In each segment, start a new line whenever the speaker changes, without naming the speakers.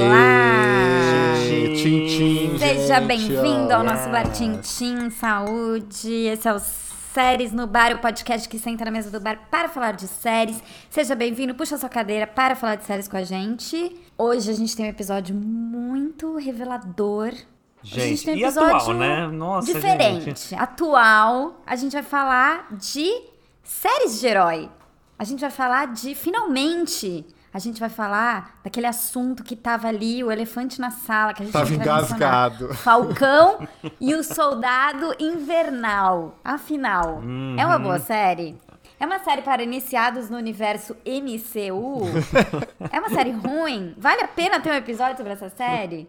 Olá!
Aê, tchim, tchim,
Seja
gente,
bem-vindo ao
olá.
nosso Bar Tintim Saúde. Esse é o Séries no Bar, o podcast que senta na mesa do bar para falar de séries. Seja bem-vindo, puxa sua cadeira para falar de séries com a gente. Hoje a gente tem um episódio muito revelador. Hoje a gente
Gente,
tem um
e
episódio
atual, né? Nossa,
diferente,
gente.
atual. A gente vai falar de séries de herói. A gente vai falar de finalmente. A gente vai falar daquele assunto que tava ali, o elefante na sala, que a gente
Tava
não quer mencionar.
engasgado.
Falcão e o Soldado Invernal. Afinal, é uma boa série? É uma série para iniciados no universo MCU? é uma série ruim? Vale a pena ter um episódio sobre essa série?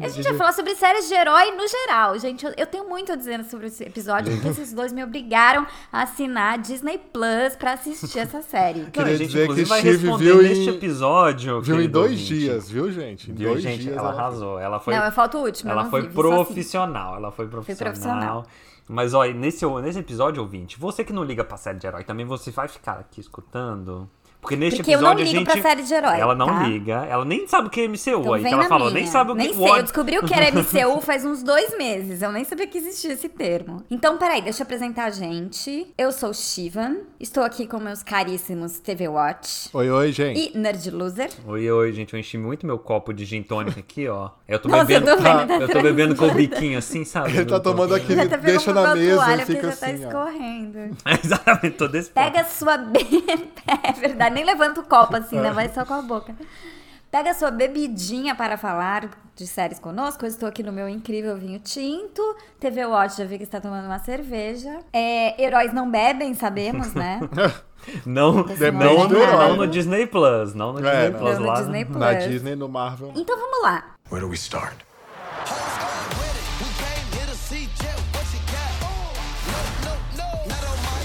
A gente vai falar sobre séries de herói no geral, gente. Eu, eu tenho muito a dizer sobre esse episódio, porque esses dois me obrigaram a assinar Disney Plus pra assistir essa série.
Não, a
Queria
gente,
dizer que
inclusive, vai
Steve
responder
viu em-
neste episódio.
Viu em
querido
dois
ouvinte.
dias, viu, gente? Em
Viu,
dois
gente?
dias.
Ela arrasou. Ela foi,
Não, eu falto o último. eu
ela
não
foi
vi, vi só assim.
profissional. Ela foi profissional.
profissional.
Mas, olha, nesse, nesse episódio, ouvinte, você que não liga pra série de herói também, você vai ficar aqui escutando. Porque neste
Porque eu não
episódio
ligo
a gente.
pra série de herói,
Ela não
tá?
liga. Ela nem sabe o que é MCU
Então
aí.
vem
que ela
na
falou,
minha.
nem sabe o que
Nem sei,
what-
eu descobri o que era MCU faz uns dois meses. Eu nem sabia que existia esse termo. Então, peraí, deixa eu apresentar a gente. Eu sou Shivan, estou aqui com meus caríssimos TV Watch
Oi, oi, gente.
e Nerd Loser.
Oi, oi, gente. Eu enchi muito meu copo de gin tônica aqui, ó. Eu tô
Nossa, eu
bebendo.
tô vendo da
eu tô
frente.
bebendo com o biquinho assim, sabe?
Ele tá
No copo.
tomando aquele
Já tá
deixa
pegando
na
uma
mesa
toalha
e
porque
fica
já tá
assim, ó.
escorrendo.
Exatamente, todo esse papo.
Pega a sua. be- é verdade, nem levanta o copo assim, né? Vai só com a boca. Pega a sua bebidinha para falar de séries conosco. Eu estou aqui no meu incrível vinho tinto. TV Watch já vi que está tomando uma cerveja. É, heróis não bebem, sabemos, né?
Não,
Depende
não,
do
não
herói.
no Disney Plus, não no
né? É,
Disney
não.
Plus
Não no
lá.
Disney Plus.
Na Disney, no Marvel.
Então vamos lá.
Where do we start?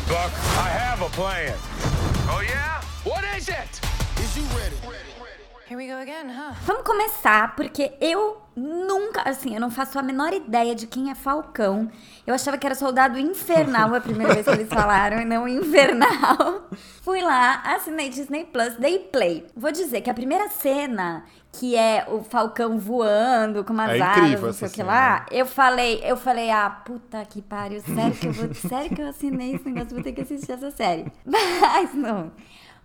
Buck, I have a plan. Oh, yeah? What is it?
Here we go again, huh?
Vamos começar, porque eu nunca, assim, eu não faço a menor ideia de quem é Falcão. Eu achava que era soldado infernal a primeira vez que eles falaram, e não invernal. Fui lá, assinei Disney Plus, dei play. Vou dizer que a primeira cena, que é o Falcão voando com umas
É
asas,
incrível
não sei o
essa
que
cena.
lá, eu falei, eu falei, ah, puta que pariu, sério que eu vou, sério que eu assinei esse negócio, vou ter que assistir essa série. Mas não.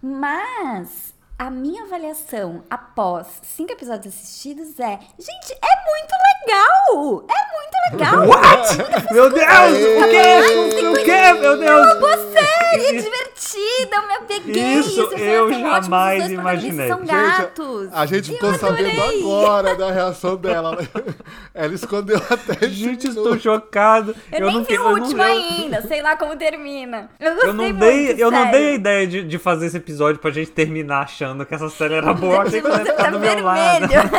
Mas a minha avaliação após cinco episódios assistidos é, gente, é muito legal! É muito legal!
Meu Deus, o quê? O quê, meu Deus?
Uma boa tipo série, é divertida, eu me apeguei.
Isso
foi
eu
assim, ótimo, os
jamais
dois protagonistas
imaginei.
São
Gente,
gatos.
A gente
Eu
ficou sabendo
adorei.
agora da reação dela. né? Ela escondeu até
Gente,
esse
estou
minuto.
chocado.
Eu, nem vi
fiquei-
o último
eu,
ainda, sei lá como termina. Eu
Eu
gostei
não
muito,
dei, eu não
sério.
dei a ideia de, de fazer esse episódio pra gente terminar achando que essa série era boa. Achei que ela
Você
ia
tá
ficar do meu lado.
vermelho.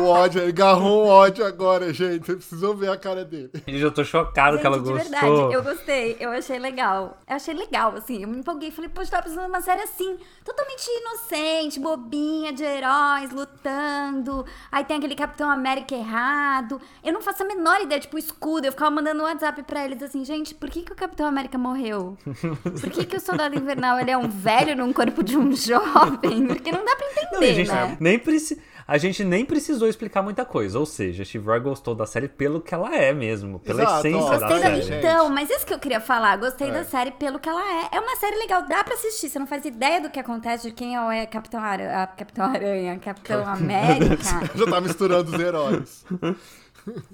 O ódio, ele agarrou um ódio agora, gente. Vocês precisam ver a cara dele.
Gente, eu tô chocado que ela
Gente,
gostou.
de verdade, eu gostei, eu achei legal. Eu achei legal, assim, eu me empolguei, falei, poxa, tava precisando de uma série assim, totalmente inocente, bobinha, de heróis, lutando. Aí tem aquele Capitão América errado. Eu não faço a menor ideia, tipo, escudo, eu ficava mandando um WhatsApp pra eles assim, gente, por que, que o Capitão América morreu? Por que, que o Soldado Invernal ele é um velho num corpo de um jovem? Porque não dá pra
Não, e a,
entender,
gente
né?
nem preci- a gente nem precisou explicar muita coisa. Ou seja, a Steve Roy gostou da série pelo que ela é mesmo. Pela
Exato, ó.
essência da
Gostei da
série.
gente.
Então, mas isso que eu queria falar. Gostei da série pelo que ela é. É uma série legal, dá pra assistir. Você não faz ideia do que acontece, de quem é o Capitão, Ara... ah, Capitão Aranha, Capitão América.
Já tá misturando os heróis.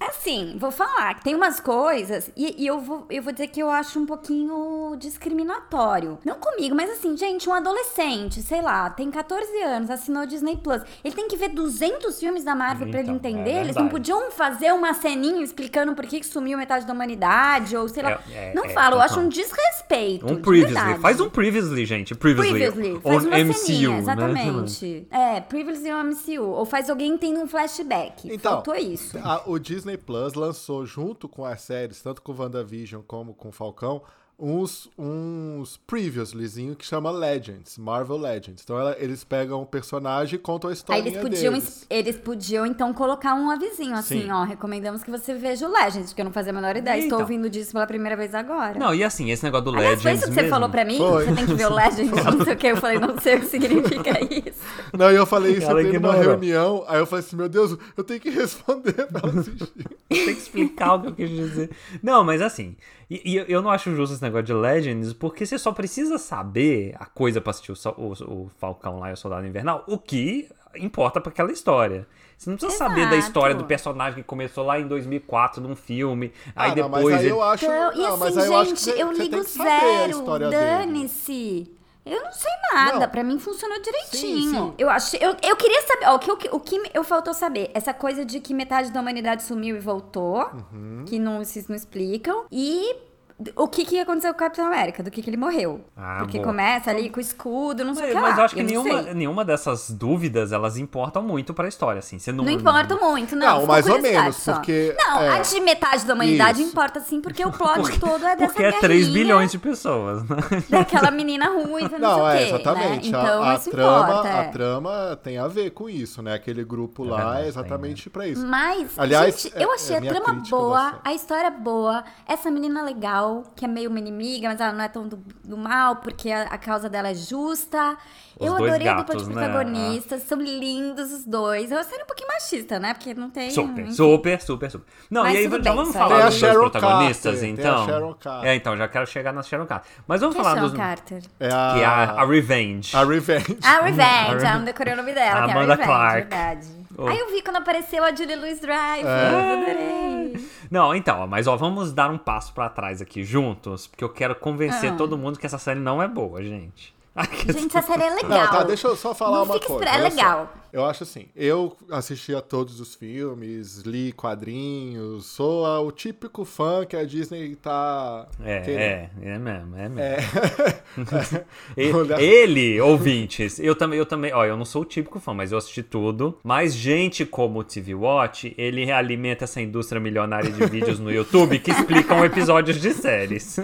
Assim, vou falar que tem umas coisas, e, e eu, vou, eu vou dizer que eu acho um pouquinho discriminatório. Não comigo, mas assim, gente, um adolescente, sei lá, tem 14 anos, assinou Disney Plus. Ele tem que ver 200 filmes da Marvel pra ele
Então, é
entender. Eles não
verdade.
podiam fazer uma ceninha explicando por que que sumiu metade da humanidade, ou sei lá.
É, é,
não
é,
falo, eu
então.
acho um desrespeito.
Um
de
previously.
verdade.
Faz um previously, gente. Previously.
Previously.
On
Faz uma
MCU,
ceninha,
né?
exatamente. É, Previously on MCU. Ou faz alguém tendo um flashback.
Então,
Faltou isso.
a- o Disney Plus lançou junto com as séries, tanto com WandaVision como com Falcão, uns, uns previouslyzinho que chama Legends, Marvel Legends. Então ela- eles pegam o personagem e contam a
Aí
história
eles podiam,
deles.
eles podiam, então, colocar um avisinho assim,
Sim.
ó. Recomendamos que você veja o Legends, porque eu não fazia a menor ideia. Estou
Então.
ouvindo disso pela primeira vez agora.
Não, e assim, esse negócio do
Aliás,
Legends
foi isso que você
mesmo.
falou pra mim?
Foi.
Você tem que ver o Legends, não sei o que. Eu falei, não sei o que significa isso.
Não, e eu falei isso, eu
Ela
tenho numa
ignorou.
reunião, aí eu falei assim, meu Deus, eu tenho que responder pra ela assistir.
Tem que explicar o que eu quis dizer. Não, mas assim, e, e eu- eu não acho justo esse negócio de Legends, porque você só precisa saber a coisa pra assistir o, Sol- o- o Falcão lá e o Soldado Invernal, o que importa pra aquela história. Você não precisa saber da
Exato.
história do personagem que começou lá em 2004 num filme, aí
ah, não,
depois...
mas aí
ele-
eu acho,
Então,
não,
e
mas
assim,
aí eu acho que
gente,
você-
eu
você
ligo
tem que saber a
zero.
história dele.
Dane-se. Eu não sei nada,
Não.
pra mim funcionou direitinho.
Sim, sim.
Eu achei, eu, eu queria saber, ó, o que, eu- o que eu faltou saber, essa coisa de que metade da humanidade sumiu e voltou,
Uhum.
que não, vocês não explicam, e o que que aconteceu com o Capitão América, do que que ele morreu.
Ah,
Porque
boa.
começa ali com o escudo, não sei o
Mas,
que
mas
lá,
eu acho que
não
nenhuma,
sei.
nenhuma dessas dúvidas, elas importam muito pra história, assim. Você não,
Não importa muito, não.
Não,
ficou
mais ou
curiosidade
menos,
só.
porque,
Não,
é.
a de metade da humanidade
Isso.
importa sim, porque o plot todo é dessa
Porque é 3
guerrinha.
bilhões de pessoas, né?
daquela menina ruim, não,
Não,
sei
é,
o quê.
exatamente.
Né?
A-
Então
a,
isso
trama,
importa.
a
é.
trama tem a ver com isso, né? Aquele grupo lá
verdade,
é
tem,
exatamente pra isso.
Mas,
Aliás,
gente,
é-
eu achei
é
a
minha
trama
crítica da
boa,
série.
a história boa, essa menina legal, que é meio uma inimiga, mas ela não é tão do, do mal, porque a, a causa dela é justa.
Os
eu
dois
adorei o dupla
gatos,
de
né?
protagonistas, são lindos os dois. Eu seria um pouquinho machista, né? Porque não tem.
Super, super, super, super. Não,
Mas
e aí
tudo
já
bem,
vamos
sabe?
falar
Tem a
dos dois
Sharon
protagonistas,
Carter, tem a
então.
Sharon Carter.
É, então já quero chegar na Sharon Carter. Mas vamos
Que é
falar
Sharon
dos
Carter.
É
que é a, a
a,
Revenge.
a Revenge.
A Revenge,
A
ah, não decorei o nome dela, que é a
Amanda
Revenge,
Clark.
verdade.
Oh.
Aí eu vi quando apareceu a Julie Louis Drive,
É.
eu adorei.
Não, então, mas ó, vamos dar um passo pra trás aqui juntos, porque eu quero convencer
Ah.
todo mundo que essa série não é boa, gente.
Gente, essa série é legal.
Não, tá, deixa eu só falar
Não
uma
fica
coisa.
esper- é
olha só.
legal.
Eu acho assim, eu assisti a todos os filmes, li quadrinhos, sou a- o típico fã que a Disney tá... querendo.
É, é, é mesmo, é mesmo. E-
Olha-
Ele, ouvintes, eu também, eu também, ó, eu não sou o típico fã, mas eu assisti tudo. Mas gente como o TV Watch, ele alimenta essa indústria milionária de vídeos no YouTube que explicam episódios de séries.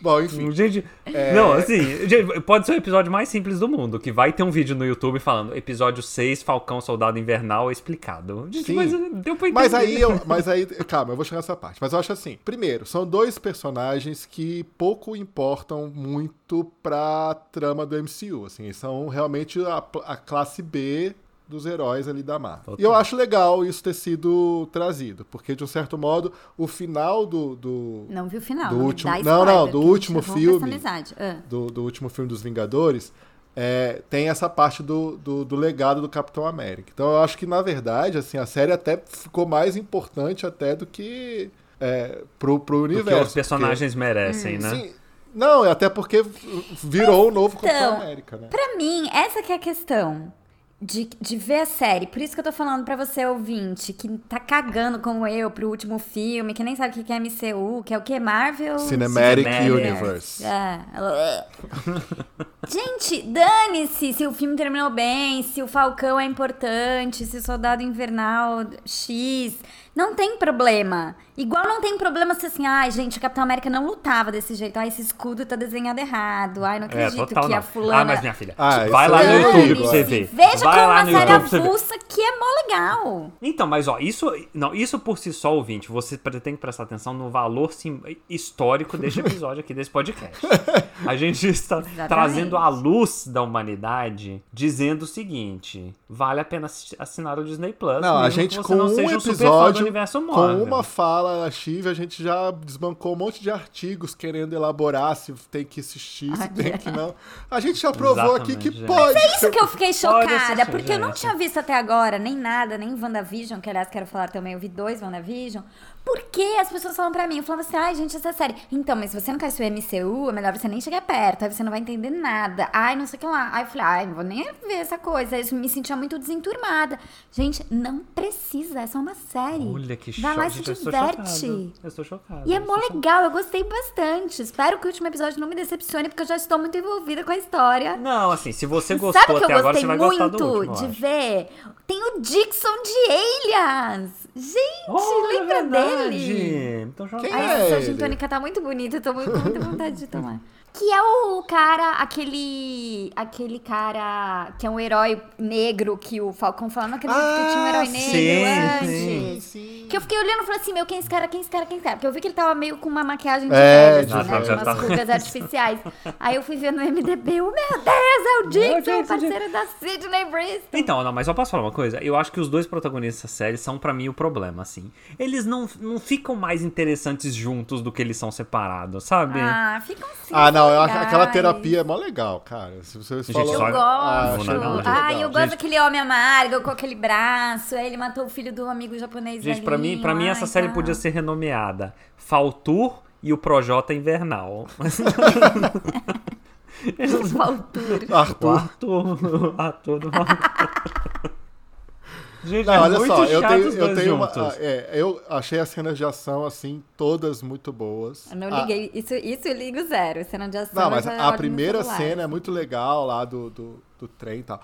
Bom, enfim.
Gente,
é-
não, assim, gente, pode ser o episódio mais simples do mundo, que vai ter um vídeo no YouTube falando episódio 6, Falcão Soldado Invernal explicado. Gente,
Sim.
mas eh, deu pra entender. né?
Mas aí, é eu, mas aí, calma, eu vou chegar nessa parte. Mas eu acho assim, primeiro, são dois personagens que pouco importam muito pra trama do MCU, assim, eles são realmente a, a classe B dos heróis ali da Marvel.
Total.
E eu acho legal isso ter sido trazido, porque de um certo modo, o final do, do,
Não vi o final.
Do
não me
último-
dá
não,
spoiler,
não, do
que eu
último
te roubo
filme.
essa amizade. Ah.
do, do último filme dos Vingadores, é, tem essa parte do, do, do legado do Capitão América. Então eu acho que, na verdade, assim, a série até ficou mais importante até do que é, pro, pro
o
universo.
que os
porque-
personagens merecem,
Hum,
né?
Sim, não, é até porque virou o novo Capitão
então,
América, né?
Pra mim, essa que é a questão. De, de ver a série. Por isso que eu tô falando pra você, ouvinte, que tá cagando como eu pro último filme, que nem sabe o que que é MCU, que é o que? Marvel?
Cinematic,
Cinematic.
Universe.
É. Gente, dane-se se o filme terminou bem, se o Falcão é importante, se o Soldado Invernal X. Não tem problema. Igual não tem problema se assim, ai, gente, o Capitão América não lutava desse jeito. Ai, esse escudo tá desenhado errado. Ai, não
É,
acredito
total
que
não.
a fulana.
Ah, mas minha filha,
Ah,
vai
isso
lá
é
no YouTube
verdade.
pra você ver.
Veja
vai
como
lá
uma
no
série
YouTube pra você ver.
avulsa que é mó legal.
Então, mas ó, isso, não, isso por si só, ouvinte, você pre- tem que prestar atenção no valor sim- histórico deste episódio aqui, desse podcast. A gente está trazendo a luz da humanidade, dizendo o seguinte, vale a pena assi- assinar o Disney Plus,
Não, a
mesmo
gente
Tá que você
com
não
um
seja um super fã do
episódio,
universo
com
Marvel.
uma fala na Chive, a gente já desbancou um monte de artigos querendo elaborar se tem que assistir, se
Ai,
tem
é.
que não. A gente já provou aqui
Exatamente,
que
gente.
pode. um
Isso que eu fiquei
Olha essa
chocada, porque eu não
gente.
tinha visto até agora nem nada, nem WandaVision, que aliás quero falar também, eu vi dois WandaVision. Porque as pessoas falam pra mim, eu falava assim, ai gente, essa série. Então, mas se você não quer assistir o MCU, é melhor você nem chegar perto, aí você não vai entender nada. Ai, não sei o que lá. Aí eu falei, ai, não vou nem ver essa coisa. Aí eu me sentia muito desenturmada. Gente, não precisa, é só uma série.
Olha que
Vai lá
choque,
e se
gente, eu estou
diverte, 7.
Eu estou chocado.
um E é
eu
mó
estou chocado.
legal, eu gostei bastante. Espero que o último episódio não me decepcione, porque eu já estou muito envolvida com a história.
Não, assim, se você
E
gostou
Sabe o que
até
eu
agora,
gostei
você vai gostar
muito
do último, eu
de
acho.
ver? Tem o Dixon de Elias! Gente,
Olha, é
lembra
verdade.
dele?
Então já-
Quem
Ai,
é
essa
ele?
gintônica tá muito bonita, eu tô muito, com muita vontade de tomar. Que é o cara, aquele. aquele cara que é um herói negro que o Falcão fala, não acredito que tinha um herói negro
Ah, sim,
antes.
sim,
Que eu fiquei olhando e falei assim, meu, quem é esse cara, quem é esse cara, quem é esse cara? Porque eu vi que ele tava meio com uma maquiagem de
É,
velho, assim,
de
né?
velho.
Umas
Já tava-
rugas artificiais. Aí eu fui ver no MDB, eu, "Oh, meu Deus, é o Dixon, parceiro da Sidney Bristol.
Então, não, mas eu posso falar uma coisa? Eu acho que os dois protagonistas dessa série são, pra mim, o problema, assim. Eles não, não ficam mais interessantes juntos do que eles são separados, sabe?
Ah, ficam assim.
Ah, não, eu acho-
legais.
aquela terapia é mó legal, cara. Se vocês
Gente,
falam-
Eu
só-
gosto.
Ah, achei
Vou é
muito
na-
Ah,
legal.
eu gosto
Gente-
daquele homem amargo com aquele braço. Aí ele matou o filho do amigo japonês.
Gente, pra mim, pra mim
velhinho,
essa
ai,
série
tá.
podia ser renomeada Faltur e o Projota Invernal.
Faltura.
o
Arthur.
Arthur, o ator do Gente,
Não,
é
olha
muito
só,
chato
eu tenho,
os
eu
dois
tenho uma.
juntos.
ah, é, eu achei as cenas de ação, assim, todas muito boas.
Eu não
Ah,
liguei. Isso, isso eu ligo zero. Cena de ação.
Não, mas
eu já
a
olho no
primeira
celular. assim.
cena é muito legal lá do, do, do trem e tal.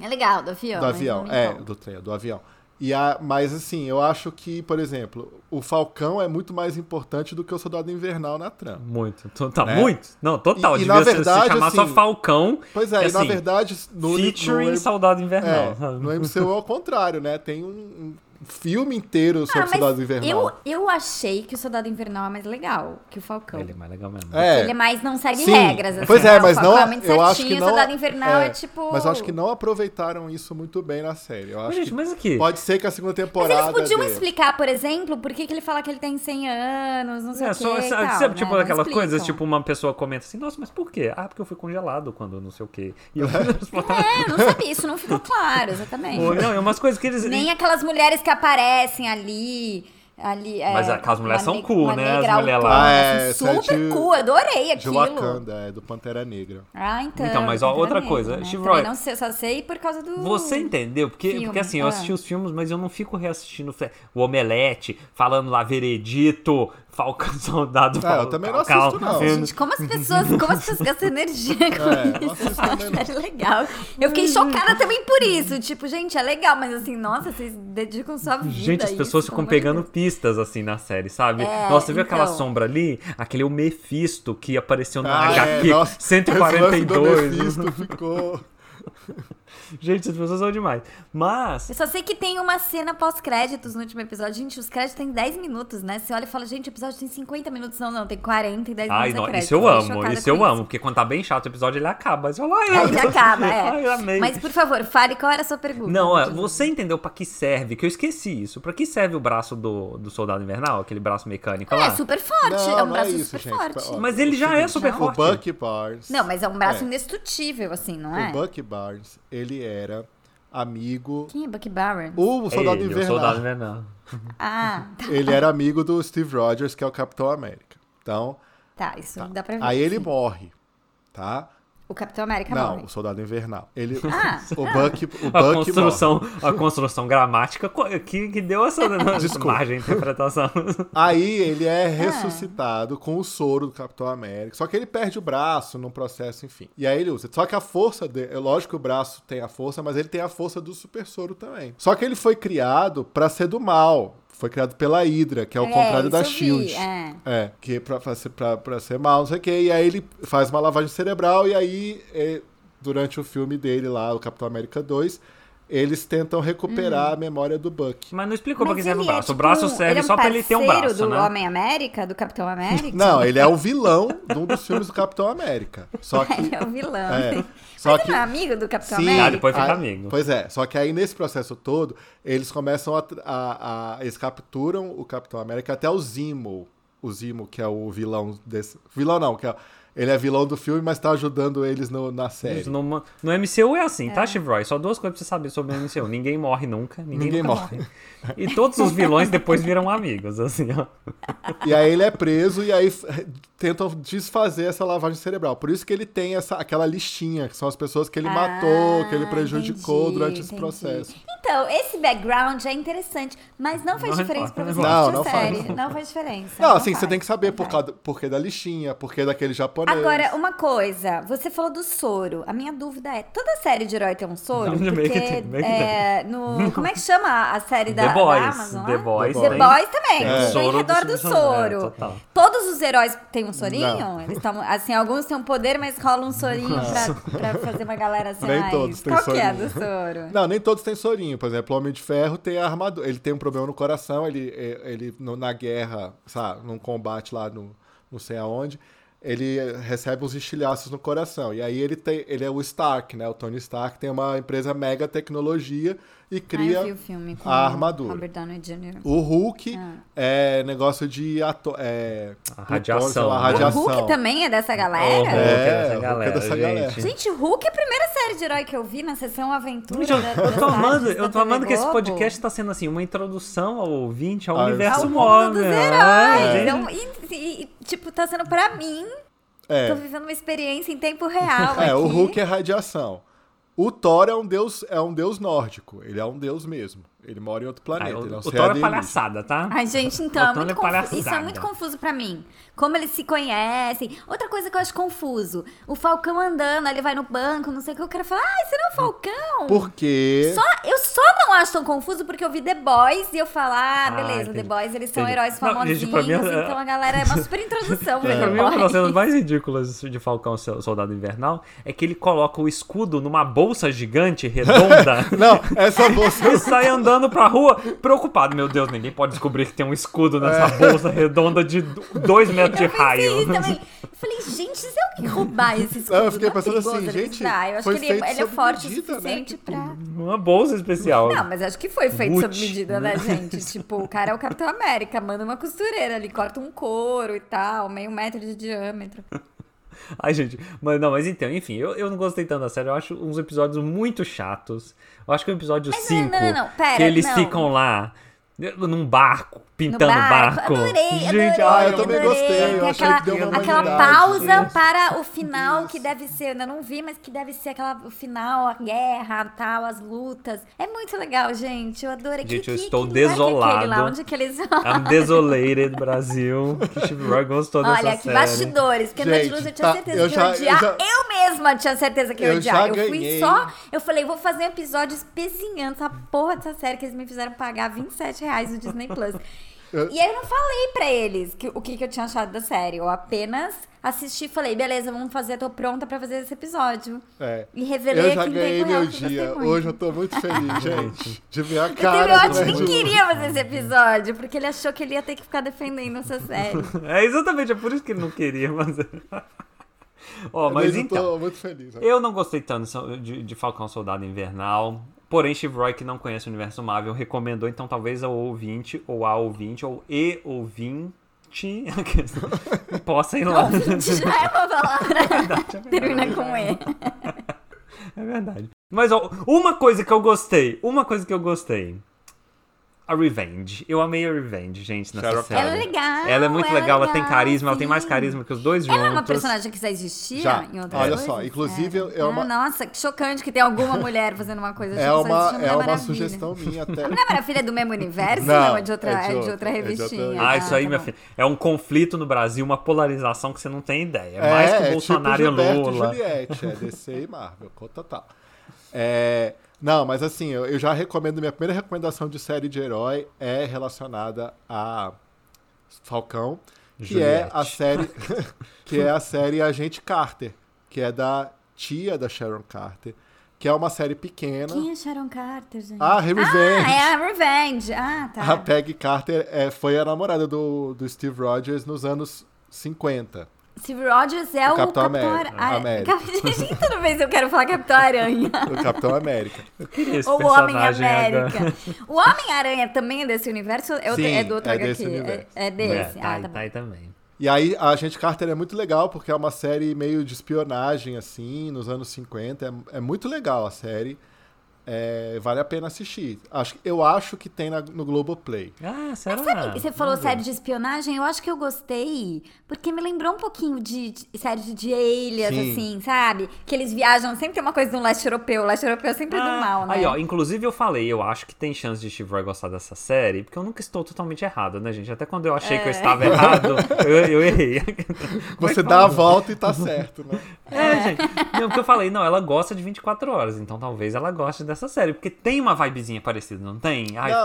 É legal, do avião.
Do
mas
avião,
não
é,
me
do trem, do avião. E a, mas assim, eu acho que, por exemplo, o Falcão é muito mais importante do que o Soldado Invernal na trama.
Muito, total,
Né?
muito. Não, total,
E- e
devia
na
ser- se
verdade,
chamar só
assim,
Falcão.
Pois é,
e
e na
assim,
verdade, no,
Featuring
no,
Soldado Invernal.
é,
sabe?
no MCU é o contrário, né? Tem um, um filme inteiro sobre o
concordo. Ah,
Soldado
mas
Invernal.
eu, eu achei que o Soldado Invernal é mais legal que o Falcão.
Ele é mais legal mesmo.
Ele é mais não segue
Sim.
regras, assim.
Pois
né?
é,
O
mas
Falcão
não.
é muito certinho,
eu acho que não.
O Soldado Invernal é,
é,
tipo...
Mas eu acho que não aproveitaram isso muito bem na série. Eu
Mas,
acho
gente,
que
mas aqui.
pode ser que a segunda
Mas
temporada.
eles podiam
dê.
explicar, por exemplo, por que, que ele fala que ele tem 100 anos, não sei
É,
o
só,
que e
sabe,
tal,
sabe,
né?
tipo
Não
aquelas
explicam.
coisas, tipo, uma pessoa comenta assim, nossa, mas por quê? Ah, porque eu fui congelado quando não sei o quê. E eu tipo-
É, não sabia, isso não ficou claro, exatamente.
Ou, não, é umas coisas que eles.
Nem aquelas mulheres que aparecem ali... Ali, é,
Mas aquelas mulheres
uma
são
ne-
cool,
uma
né? As
negra
mulheres lá.
autona,
Ah, é,
assim,
essa é
super
de-
cool, adorei
De
aquilo.
Wakanda, é, do Pantera Negra.
Ah, então.
Então, mas, ó,
Pantera
outra
Negra,
coisa,
né?
Chivroy.
Também não sei, eu só sei por causa do...
Você entendeu? Porque,
Filme,
porque assim, eu
ah.
assisti os filmes, mas eu não fico reassistindo fe- o Omelete, falando lá Veredito, Falcão Soldado.
Ah, eu também não
Falcão.
assisto, não.
Gente, como as pessoas, como as pessoas gastam energia com
É,
isso?
nossa, isso
Eu
também não.
acho legal. Eu fiquei chocada também por isso. Tipo, gente, é legal, mas assim, nossa, vocês dedicam sua vida.
Gente, as
a
pessoas
isso, pelo amor
ficam
de
pegando
Deus.
pistas assim na série, sabe?
É,
nossa, você viu aquela
então.
sombra ali? Aquele é o Mephisto que apareceu no
Ah, é,
HQ
nossa, esse
142.
lance do Mephisto ficou.
Gente, as pessoas são demais. Mas.
Eu só sei que tem uma cena pós-créditos no último episódio. Gente, os créditos têm 10 minutos, né? Você olha e fala, gente, o episódio tem 50 minutos. Não, não, tem 40 e 10
Ai,
minutos. é
não,
crédito.
isso eu
Fiquei
amo,
chocada
isso
com
eu amo, porque quando tá bem chato o episódio, ele acaba. Aí você fala, ai,
Aí
eu-
acaba, é.
Ai, eu amei.
Mas por favor, fale qual era a sua pergunta.
Não, é, ó,
Continua.
você entendeu pra que serve, que eu esqueci isso. Pra que serve o braço do, do soldado invernal, aquele braço mecânico
Ah,
lá?
É super forte,
Não,
é
não
um braço
é isso,
super
gente.
forte.
Ó,
Mas ele
o
já é
seguinte,
super
O
forte.
Bucky Barnes.
Não, mas é um braço
É.
indestrutível, assim, não é?
O Bucky Barnes, ele era amigo.
Quem é Bucky Barron?
O É Soldado
Ele, o
Invernal.
soldado invernal.
Ah, tá.
Ele era amigo do Steve Rogers, que é o Capitão América. Então,
Tá, isso
tá.
dá pra ver.
aí ele
sim.
morre, tá?
O Capitão América é
não, um
morre.
o Soldado Invernal. Ele,
Ah.
o Bucky, o
A
Bucky morre.
construção, a construção gramática co- que, que deu essa
Desculpa.
margem de interpretação.
Aí ele é ressuscitado com o soro do Capitão América. Só que ele perde o braço num processo, enfim. E aí ele usa. Só que a força dele. é Lógico que o braço tem a força, mas ele tem a força do super soro também. Só que ele foi criado pra ser do mal. Foi criado pela Hydra, que é o
É,
contrário
isso
da
eu vi,
Shield.
é.
É, que pra, pra, ser- pra, pra ser mal, não sei o quê. E aí ele faz uma lavagem cerebral, e aí, é, durante o filme dele lá, o Capitão América 2, eles tentam
Hum.
recuperar a memória do Buck.
Mas não explicou pra que
Mas
serve o
ele é,
braço. o
tipo,
braço serve
ele é um
só pra ele ter um
parceiro
braço,
do
né?
Homem América, do Capitão América?
Não, ele é o vilão de um dos filmes do Capitão América. Só que.
Ele é o vilão.
É,
Só
só
Mas ele
que-
não é amigo do Capitão
Sim,
América?
Ah, depois fica
a-
amigo.
Pois é, só que aí nesse processo todo, eles começam a, a- a- Eles capturam o Capitão América até o Zimo. O Zimo, que é o vilão desse. Vilão não, que é. Ele é vilão do filme, mas tá ajudando eles no- na série.
Isso No, no MCU é assim, tá, Steve Roy? Só duas coisas pra você saber sobre o MCU. Ninguém morre nunca, ninguém,
Ninguém
nunca
morre.
morre. E todos os vilões depois viram amigos, assim, ó.
E aí ele é preso e aí f- tentam desfazer essa lavagem cerebral. Por isso que ele tem essa, aquela listinha, que são as pessoas que ele matou, que ele
Ah,
prejudicou
entendi,
durante esse
entendi.
processo.
Então, esse background é interessante, mas não faz
Não
diferença pra
importa,
você
não
assistir a
importa. Não, não
série.
faz.
Não faz diferença.
Não, assim, você
faz,
tem que saber
não
por
faz.
causa- porquê da listinha, porquê daquele japonês.
Agora, uma coisa, você falou do soro. A minha dúvida é: toda série de herói tem um soro?
Não, meio que
porque
tem, meio que
é, no, como é que chama a- a série da,
The
da
Boys.
Amazon?
The
lá?
Boys.
The
tem-
Boys também,
tem o
tudo em
soro
redor do
Simpsons. É,
soro.
total.
Todos os heróis têm um sorinho?
Não.
Eles tão, assim, alguns têm um poder, mas rola um sorinho pra, pra fazer uma galera assim.
Nem
mais-
todos têm
Qual que é
sorinho.
do soro?
Não, nem todos têm sorinho. Por exemplo, o Homem de Ferro tem a armadura. Ele tem um problema no coração, ele, é- ele no- na guerra, sabe, num combate lá no não sei aonde, ele eh, recebe uns estilhaços no coração. E aí ele tem, ele é o Stark, né? O Tony Stark tem uma empresa mega tecnologia e
Ah,
cria
eu vi o filme com
a armadura.
o Robert Downey Jr.
O Hulk
Ah.
é negócio de ato, é,
A radiação,
sei lá,
né?
O
radiação.
Hulk também é
Uhum.
dessa
Ô,
galera?
É,
dessa
o Hulk é
galera,
dessa galera.
gente.
Gente, Hulk é a primeira série de herói que eu vi na sessão Aventura.
Gente, Então, eu,
da-
eu
das
tô amando,
tardes da
eu tô
TV
amando que esse
Globo. É
podcast tá sendo assim, uma introdução ao ouvinte, ao
Ah, eu
universo É,
sou-
Mundo
móvel.
dos heróis. Então, e, e- e, tipo, tá sendo pra mim.
É.
Tô vivendo uma experiência em tempo real.
É, o
aqui.
Hulk é radiação. O Thor é um deus, é um deus nórdico. Ele é um deus mesmo. Ele mora em outro
Ah,
planeta.
o
ele é um
o
ser
Thor é
alienígena.
palhaçada, tá?
Ai, gente, então, é
Botando
muito
é
confuso. isso é
palhaçada.
muito confuso pra mim. Como eles se conhecem. Outra coisa que eu acho confuso. O Falcão andando, ele vai no banco, não sei o que. Eu quero falar, ai, será o Falcão?
Porque.
Só, eu só não acho tão confuso porque eu vi The Boys e eu falo, ah,
Ah,
beleza, The
entendi.
Boys, eles são
Entendi.
heróis
Não,
famosinhos,
gente, pra mim, é-
então a galera é uma super introdução né? pra
Pra mim, é uma das
The
cenas
Boys.
mais ridículas de Falcão Sol- Soldado Invernal é que ele coloca o escudo numa bolsa gigante, redonda,
Não, essa bolsa.
e sai andando pra rua preocupado. Meu Deus, ninguém pode descobrir que tem um escudo nessa bolsa redonda de do- dois metros de
É. Eu pensei
raio.
isso também. Eu falei, gente, se alguém roubar esse escudo,
Não, eu fiquei
não é
pensando
perigoso
assim,
ele
gente,
usar. Eu acho
foi
que ele,
feito
ele é
sob
forte o
medida, né?
suficiente pra...
Uma bolsa especial.
Não, mas acho que foi feito sob
Gucci.
medida, né, gente? tipo, o cara é o Capitão América, manda uma costureira ali, corta um couro e tal, meio metro de diâmetro.
Ai, gente, mas não, mas então, enfim, eu, eu não gostei tanto da série. Eu acho uns episódios muito chatos. Eu acho que o episódio
Mas não,
5,
não, não, não, pera,
que eles
não.
ficam lá num barco,
No
pintando
barco.
barco.
Adorei,
gente,
adorei,
ah,
ai,
eu também
adorei.
gostei, eu
Tem
achei
aquela,
que deu uma
aquela
humanidade, né?
pausa
gente.
para o final, que deve ser, né? eu não vi, mas que deve ser aquela o final, a guerra, tal, as lutas. É muito legal, gente. Eu adorei.
Gente,
que,
eu
que-
estou
que lugar que é aquele lá?
desolado.
Onde que eles
Ah,
I'm desolated, Brasil. Que Steve Roy gostou
Olha,
dessa
que
série.
bastidores, porque
Gente,
no Angelus eu tinha
tá,
certeza
eu
que
já-
eu ia odiar.
eu
Eu,
já-
mesma tinha certeza que eu
Eu
ia odiar.
já
Eu
ganhei.
fui só. Eu falei, vou fazer um episódio espezinhando essa porra dessa série que eles me fizeram pagar 27 reais no Disney Plus.
Eu-
E aí eu não falei pra eles que- o que, que eu tinha achado da série. Eu apenas assisti e falei, beleza, vamos fazer, tô pronta pra fazer esse episódio.
É.
E
Eu
revelei
já
aqui em
ganhei
tempo real
meu
que eu
dia.
gostei muito.
Hoje eu tô muito feliz, gente. De ver a
Teve
cara.
ótimo,
do
nem
Brasil.
queria fazer esse episódio, porque ele achou que ele ia ter que ficar defendendo essa série.
É exatamente, é por isso que ele não queria, mas. Ó, mas
Mas eu
então.
tô muito feliz.
Eu não gostei tanto de, de Falcão Soldado Invernal. Porém, Steve Roy, que não conhece o universo Marvel, recomendou, então talvez ao ouvinte, ou a ouvinte, ou e ouvinte, possa ir lá.
Ouvinte já é uma palavra. Termina com E.
É verdade. Mas ó, uma coisa que eu gostei, uma coisa que eu gostei. A Revenge. Eu amei a Revenge, gente, nessa
Sarah
série.
Ela é legal,
Ela é muito
ela é
legal, ela tem
legal,
carisma, ela tem
sim.
mais carisma que os dois juntos.
Ela é uma personagem que já existia
Já.
em outras
Olha
coisas?
só, inclusive,
Era.
é uma-
Ah, Nossa, que chocante que tem alguma mulher fazendo uma coisa.
É
só
uma,
existia Mulher
é uma
Maravilha.
sugestão minha até.
A Mulher Maravilha é do mesmo universo?
Não,
Não, é, de outra, é, de outra
é de outra-
revistinha.
Ah, isso aí,
tá
minha
bom.
filha. É um conflito no Brasil, uma polarização que você não tem ideia.
É,
mais que
é
Bolsonaro
tipo
e
Gilberto
Lula.
Juliette, é DC e Marvel, conta tal. É, não, mas assim, eu, eu já recomendo, minha primeira recomendação de série de herói é relacionada a Falcão, que é a
Juliette.
série que é a série Agente Carter, que é da tia da Sharon Carter, que é uma série pequena.
Quem é Sharon Carter, gente?
Ah, Revenge.
Ah, é a Revenge. Ah, tá.
A Peggy Carter é, foi a namorada do, do Steve Rogers nos anos 50.
Steve Rogers é
O
o,
Capitão
Ara-
América. América.
Ah, Cap- Toda vez eu quero falar Capitão Aranha.
Do Capitão América.
Esse
Ou o
personagem agora.
Homem-América. O Homem-Aranha também é desse universo? É, outro-
Sim,
é do outro
é
HQ?
desse
É-
universo.
é,
É,
desse?
tá,
ah,
aí-
tá
tá
bom.
aí também.
E aí, a Agente Carter é muito legal, porque é uma série meio de espionagem, assim, nos anos 50. É, é muito legal a série. É, vale a pena assistir. Acho, eu acho que tem na, no Globoplay.
Ah, será?
Sabe, você falou série de espionagem, eu acho que eu gostei, porque me lembrou um pouquinho de, de série de Alias,
Sim.
assim, sabe? Que eles viajam, sempre tem uma coisa do leste europeu, o leste europeu é sempre
Ah,
do mal, né?
Aí, ó, inclusive eu falei, eu acho que tem chance de Steve Roy gostar dessa série, porque eu nunca estou totalmente errado, né, gente? Até quando eu achei
É.
que eu estava errado, eu, eu errei.
Você dá a volta e tá certo, né?
É, gente. Não, porque eu falei, não, ela gosta de 24 horas, então talvez ela goste dessa série, porque tem uma vibezinha parecida, não tem? Ai,
Não,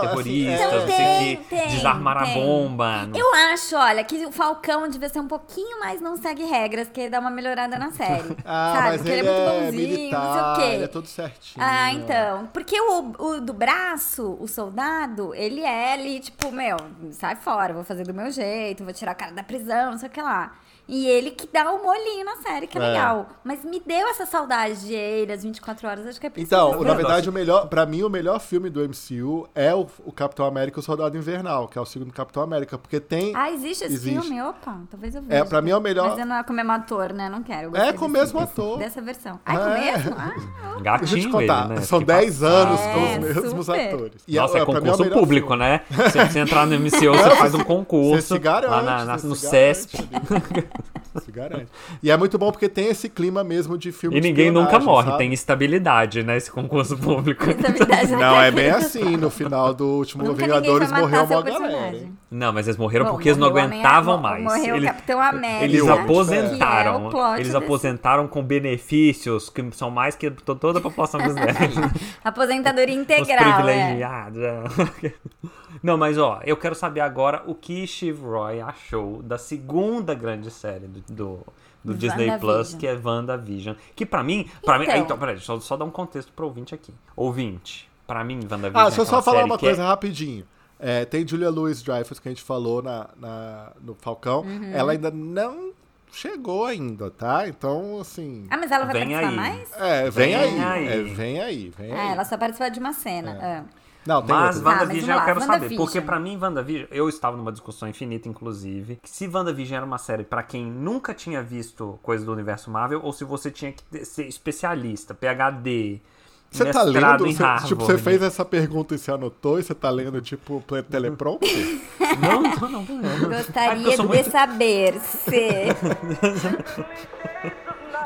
assim,
terrorista,
é.
não sei o
Então Tem,
quê,
tem,
desarmar
tem.
a bomba. não-
Eu acho, olha, que o Falcão devia ser um pouquinho mais não segue regras, que ele dá uma melhorada na série.
Ah,
sabe?
mas
Porque
ele,
muito
é
bonzinho, não
militar,
sei o quê.
ele é todo certinho.
Ah, então. Porque o, o do braço, o soldado, ele é ali, tipo, meu, sai fora, vou fazer do meu jeito, vou tirar o cara da prisão, não sei o que lá. E ele que dá o molinho na série, que é,
É.
legal. Mas me deu essa saudade de ele, às 24 horas, acho que é por isso que eu
Então,
tô
na
Não,
verdade,
assim-
o melhor, para mim, o melhor filme do MCU é o, o Capitão América e o Soldado Invernal, que é o segundo Capitão América, porque tem
Ah, existe esse
Existe.
filme? Opa, talvez eu veja.
pra mim é o melhor-
Mas eu não é com o mesmo ator, né? Não quero. eu
É
gostei
com o
desse-
mesmo
desse-
ator.
Dessa versão. Ah, é com o
É.
mesmo? Ah, opa.
Gatinho
Deixa eu te contar,
ele, né?
são
Que
10 anos com
É,
os mesmos
super.
atores.
Nossa, é
pra mim, o
concurso
melhor
público,
filme.
né? Se você entrar no MCU, você faz um concurso.
Você se garante,
lá na- na-
você
no
se garante,
CESP.
amigo. Você se garante. E é muito bom porque tem esse clima mesmo de filme
E
de
ninguém nunca
é um espionagem,
morre,
sabe?
tem estabilidade, né? Esse concurso público.
Na verdade,
Não, é bem assim. No final do último
né? Nunca
Vingadores
ninguém vai matar
morreu uma
seu
galera.
personagem.
hein?
Não, mas eles morreram
Bom,
porque eles não
morreu o Homem-
aguentavam
mo-
mais.
Morreu
Eles-
o Capitão América.
Eles
que é o
aposentaram.
plot
eles
desse-
aposentaram com benefícios que são mais que to- toda a população brasileira.
Aposentadoria
Os
integral. É.
privilegiados. é. Não, mas ó, eu quero saber agora o que Steve Roy achou da segunda grande série do, do, do Disney Plus,
WandaVision.
que é WandaVision. Que pra mim, pra mim,
Então.
então, peraí, só, só dar um contexto pro ouvinte aqui. Ouvinte, pra mim, WandaVision.
Ah, deixa
é
eu só
aquela
falar
série
uma
que é-
coisa rapidinho. É, tem Julia Louis Dreyfus que a gente falou na, na- no Falcão.
Uhum.
Ela ainda não chegou ainda, tá? Então, assim.
Ah, mas ela vai
Vem
participar
aí.
mais?
É, vem,
Vem
aí.
aí.
É, vem aí, vem aí.
Ah,
É.
É, ela só participou de uma cena. ah.
Não, tem
Mas
outra.
vai-
WandaVision
Ah, vamos lá,
eu quero saber.
WandaVision.
Porque pra mim, WandaVision, eu estava numa discussão infinita, inclusive, que se WandaVision era uma série pra quem nunca tinha visto coisa do universo Marvel, ou se você tinha que ter- ser especialista, PhD,
Você tá
mestrado
lendo?
em
Você-
Harvard.
tipo, você fez essa pergunta e você anotou e você tá lendo, tipo, plan- teleprompter?
Não, não, não. não. É porque eu
Gostaria de
sou muito-
saber se.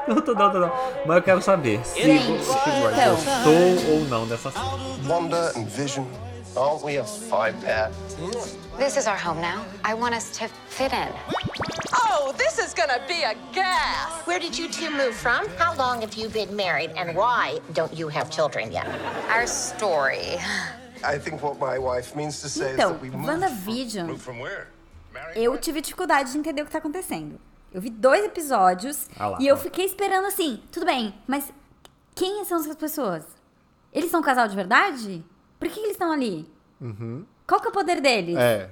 Não, não, não, não. Mas eu quero saber se
Gente,
o Steve Rogers
então.
gostou ou não dessa série.
Wonder and Vision. Aren't we a five pair?
This is our home now. I want us to fit in.
Oh, this is gonna be a gas!
Where did you two move from? How long have you been married? And why don't you have children yet?
Our story.
I think what my wife means to
é
say is
Então,
that we moved
WandaVision,
From where?
eu tive dificuldade de entender o que tá acontecendo. Eu vi dois episódios
Ah lá,
e eu
ó.
fiquei esperando assim, tudo bem, mas quem são essas pessoas? Eles são um casal de verdade? Por que, que eles estão ali?
Uhum.
Qual que é o poder deles?
é.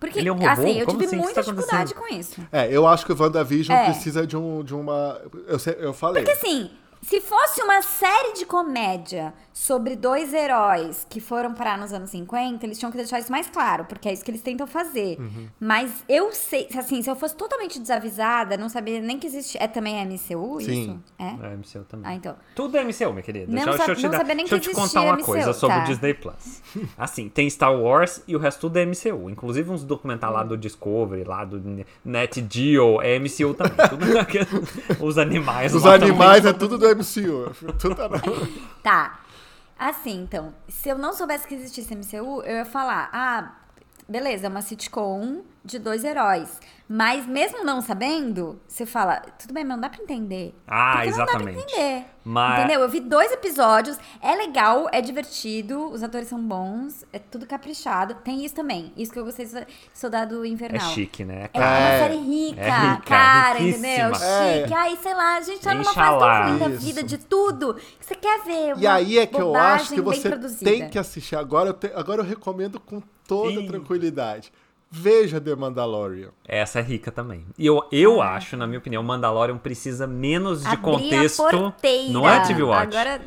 Porque,
Ele é um robô?
assim, eu
Como
tive
assim? O que
muita
tá
dificuldade com isso.
É, eu acho que o WandaVision
É.
precisa de, um, de uma. Eu, sei- eu falei.
Porque assim, se fosse uma série de comédia sobre dois heróis que foram parar nos anos 50, eles tinham que deixar isso mais claro, porque é isso que eles tentam fazer.
Uhum.
Mas eu sei, assim, se eu fosse totalmente desavisada, não sabia nem que existe. É também MCU
Sim.
isso? É?
É MCU também.
Ah, então.
Tudo é MCU, minha querida.
Não
Deixa eu-
sa-
deixa eu te,
não
dar-
sabia nem
deixa eu
que
te
existia
contar uma
MCU,
coisa sobre
tá.
o Disney Plus. Assim, tem Star Wars e o resto tudo é MCU. Inclusive uns documentários lá do Discovery, lá do Net Geo, é MCU também. Tudo aquele- os animais
Os
lá também.
animais é tudo do MCU. Tudo tá na-
Tá. Assim, então, se eu não soubesse que existisse MCU, eu ia falar, ah, beleza, é uma sitcom de dois heróis. Mas mesmo não sabendo, você fala, tudo bem, mas não dá pra entender.
Ah,
Porque
exatamente.
Não dá pra entender.
Mas-
Entendeu? Eu vi dois episódios, é legal, é divertido, os atores são bons, é tudo caprichado. Tem isso também. Isso que eu gostei do Soldado
É
Invernal.
chique, né?
É uma
É.
série rica,
É rica,
cara,
riquíssima.
entendeu?
É.
Chique. Ai, sei lá, a gente tá numa fase
Inxalá.
tão ruim da
Isso.
vida, de tudo, que você quer ver.
E
uma
aí é que eu
bobagem
acho que
bem
você
produzida.
tem que assistir. Agora eu, te- agora eu recomendo com toda
Sim.
tranquilidade. Veja The Mandalorian.
Essa é rica também. E eu, eu acho, na minha opinião, Mandalorian precisa menos de
Ah. Abrir a
contexto.
porteira.
Não é TV Watch?
Agora,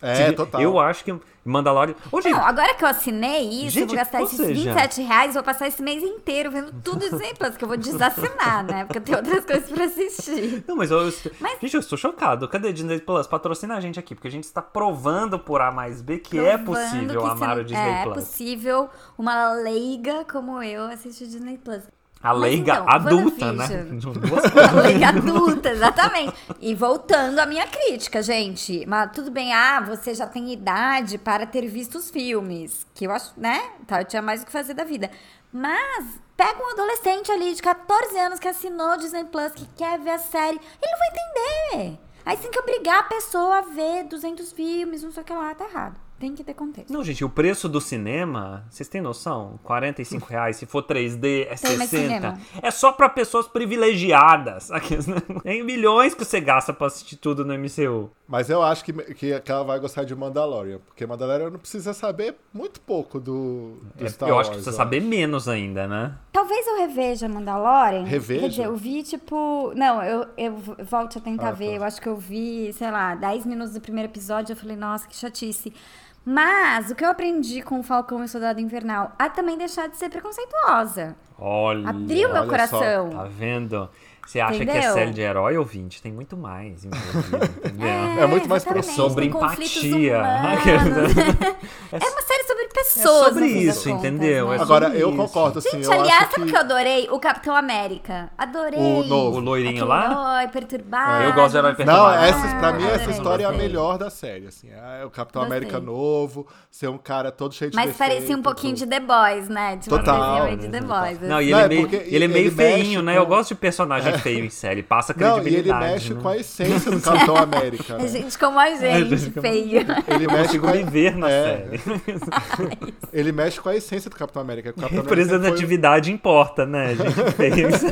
É,
Se-
total.
Eu acho que Mandalorian. Ô, gente,
Não, agora que eu assinei isso, eu
Gente,
vou gastar
ou
esses
seja-
27 reais, vou passar esse mês inteiro vendo tudo isso aí, plus que eu vou desassinar, né? Porque eu tenho outras coisas pra assistir.
Não, mas eu, eu-
Mas-
Gente, eu estou chocado. Cadê Disney Plus? Patrocina a gente aqui, porque a gente está provando por A mais B que é
Provando
possível
que
amar
se-
o Disney
é, É
Plus.
possível uma leiga como eu assistir Disney Plus.
A
Mas
leiga
então,
adulta, né?
WandaVision. A
Duas coisas.
leiga adulta, exatamente. E voltando à minha crítica, gente. Mas tudo bem, ah, você já tem idade para ter visto os filmes. Que eu acho, né? Tá, eu tinha mais o que fazer da vida. Mas pega um adolescente ali de 14 anos que assinou o Disney Plus, que quer ver a série. Ele não vai entender. Aí você tem que obrigar a pessoa a ver 200 filmes, não sei o que lá. Tá errado. Tem que ter contexto.
Não, gente, o preço do cinema, vocês têm noção? 45 reais, se for 3D, é
Tem mais
60.
cinema.
É só pra pessoas privilegiadas. Aqueles, né? Tem milhões que você gasta pra assistir tudo no MCU.
Mas eu acho que, que que ela vai gostar de Mandalorian, porque Mandalorian não precisa saber muito pouco do, do
É,
Star
eu
Wars.
acho que precisa
ó.
saber menos ainda, né?
Talvez eu reveja Mandalorian.
Reveja?
Quer dizer, eu vi, tipo... Não, eu, eu volto a tentar
Ah,
ver.
tá.
Eu acho que eu vi, sei lá, 10 minutos do primeiro episódio. Eu falei, nossa, que chatice. Mas o que eu aprendi com o Falcão e o Soldado Invernal a também deixar de ser preconceituosa.
Hum, Olha.
Abriu meu
só,
coração.
Tá vendo? Você acha que é
Entendeu?
série de herói ouvinte? Tem muito mais envolvido, entendeu?
É muito mais
exatamente,
sobre
tem conflitos
empatia.
humanos. é uma série sobre pessoas.
sobre
no fim das
isso,
contas,
entendeu?
né?
É sobre
Agora, eu
isso.
concordo, assim,
Gente,
eu
aliás,
acho
sabe o
que...
que eu adorei? O Capitão América. Adorei.
O novo.
O loirinho
Aquele
lá? É,
herói perturbado.
Eu gosto de herói
Não,
perturbado. Ah,
essas, pra mim, essa
adorei.
história é a
Gostei.
melhor da série, assim. É o Capitão
Gostei.
América novo, ser um cara todo cheio de
Mas parecia um
defeito,
pouquinho de
tudo.
The Boys, né? De uma
Total,
previsão aí de
né?
The assim. Boys.
Não, e ele,
Não,
é
é
meio,
porque
ele é
ele
meio
mexe
feinho, né? Eu
com- É.
gosto de personagem feio em série. Passa
Não, e
credibilidade.
ele mexe
né?
com a essência do Capitão América.
É
né?
gente como a
gente
gente,
como-
feio. Tá
Ele mexe
consigo
com a...
me ver na
é,
série.
Ele mexe com a essência do Capitão América. O Capitão América sempre foi-
Representatividade importa, né, gente? Fez.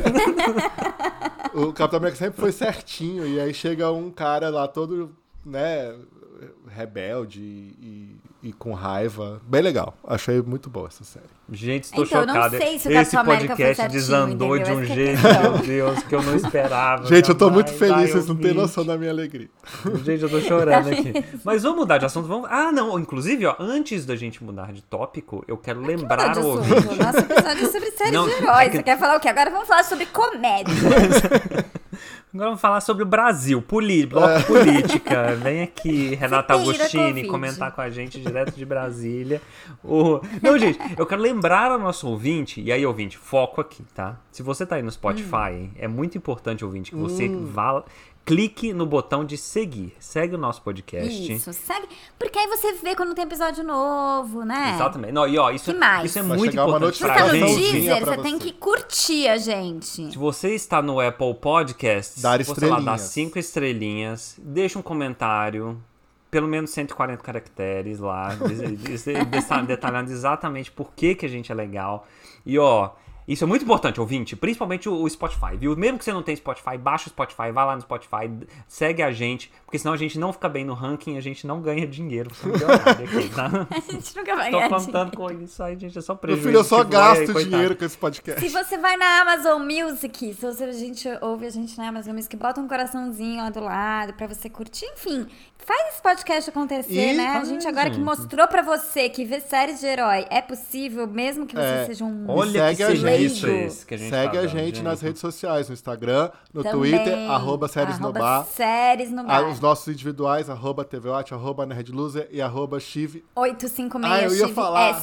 O Capitão América sempre foi certinho, e aí chega um cara lá todo, né, rebelde e, e- e com raiva. Bem legal. Achei muito boa essa série.
gente, estou
Então, eu
chocado.
não sei se o
Esse
Capitão América foi
podcast
certinho,
desandou de
entendeu?
um
Essa que é a
jeito,
questão.
meu Deus, que eu não esperava.
Gente, eu tô
jamais.
muito feliz,
Ai,
vocês não têm
ouvinte.
noção da minha alegria.
Gente, eu tô chorando aqui.
Tá
Mas vamos mudar de assunto. Vamos... Ah, não. Inclusive, ó, antes da gente mudar de tópico, eu quero
Mudou
lembrar
de
o
assunto.
ouvinte.
Nosso episódio é sobre séries
Não,
de
é
heróis.
que-
Você quer falar o quê? Agora vamos falar sobre comédia.
Agora vamos falar sobre o Brasil, poli...
É.
bloco política. Vem aqui, Renata
Você tira
Agostini,
Covid.
comentar com a gente direto de Brasília. O... Não, gente, eu quero lembrar ao nosso ouvinte, e aí, ouvinte, foco aqui, tá? Se você tá aí no
Hum.
Spotify, é muito importante, ouvinte, que você vá. Clique no botão de seguir. Segue o nosso podcast.
Isso, segue. Porque aí você vê quando tem episódio novo, né?
Exatamente. Não, e ó, isso,
Que mais?
isso é
Vai
muito
chegar uma
importante
Você
notificação
pra
tá no
Pra
gente.
gente.
Deezer,
Pra
você tem
você.
que curtir a gente.
Se você está no Apple Podcasts,
Dar
você lá dá
estrelinhas.
cinco estrelinhas, deixa um comentário, pelo menos 140 caracteres lá, des- des- dessa- detalhando exatamente por que, que a gente é legal. E ó, isso é muito importante, ouvinte, principalmente o, o Spotify, viu? Mesmo que você não tenha Spotify, baixa o Spotify, vai lá no Spotify, d- segue a gente, porque senão a gente não fica bem no ranking e a gente não ganha dinheiro. Fica milionário aqui, tá?
A gente nunca vai
Tô
ganhar
contando
dinheiro.
com isso aí, gente, é só
Meu
prejuízo.
filho, eu só
Tipo, olha aí,
gasto
coitado.
dinheiro com esse
Se
podcast.
você vai na Amazon Music, se você, a gente ouve a gente na Amazon Music, bota um coraçãozinho lá do lado pra você curtir. Enfim, faz esse podcast acontecer,
E-
né? A gente agora que mostrou pra você que ver séries de herói é possível, mesmo que você
É.
seja um...
Olha,
Olha que
Segue a
serviço
gente.
esse que a gente tá
Segue a
dando,
gente nas redes sociais, no Instagram, no
também,
Twitter, arroba séries no
arroba
bar.
Séries no
Ah,
bar.
os nossos individuais, arroba TVWatch, arroba Nerdloser e arroba Chive. Ah, eu ia
856
falar.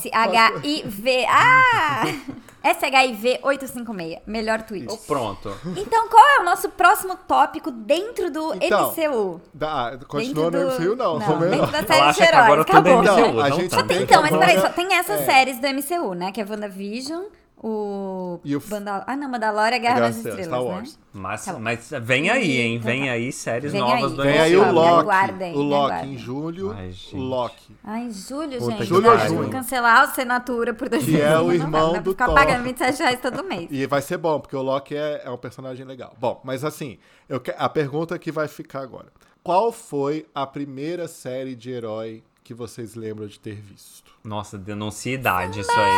SHIV. Ah! SHIV 856. Melhor tweet.
Oh, Pronto.
Então, qual é o nosso próximo tópico dentro do
Então,
MCU?
Da, ah, continua
Dentro
no
do-
MCU, não.
não,
como é?
dentro da
Ela
série de
acha que
heróis.
agora tudo é
Acabou.
MCU,
Não, a
não
gente
tá.
tem É.
Então, mas peraí, só
Agora-
tem essas
É.
séries do MCU, né? Que é WandaVision, o...
E o-
Vandal... Ah, não, Mandalorian e Guerra das
Star
Estrelas,
Wars.
né?
Mas,
Tá bom.
mas vem aí, hein?
Então
Vem
tá.
aí séries
Vem
novas
aí.
do
Tem
Vem
aí
MCU.
o
Me
Loki.
aguardem,
o
me
Loki
aguardem.
em julho.
Ai, gente.
o Loki.
Ai, julho,
Puta
gente.
que
Julho
pariu.
vão cancelar a assinatura por 2020.
é o
não dá,
irmão
dá pra
do
ficar
Thor.
pagando 27 reais todo mês.
E vai ser bom, porque o Loki é, é um personagem legal. Bom, mas assim, eu que- a pergunta que vai ficar agora. Qual foi a primeira série de herói que vocês lembram de ter visto?
Nossa, denuncia idade isso aí.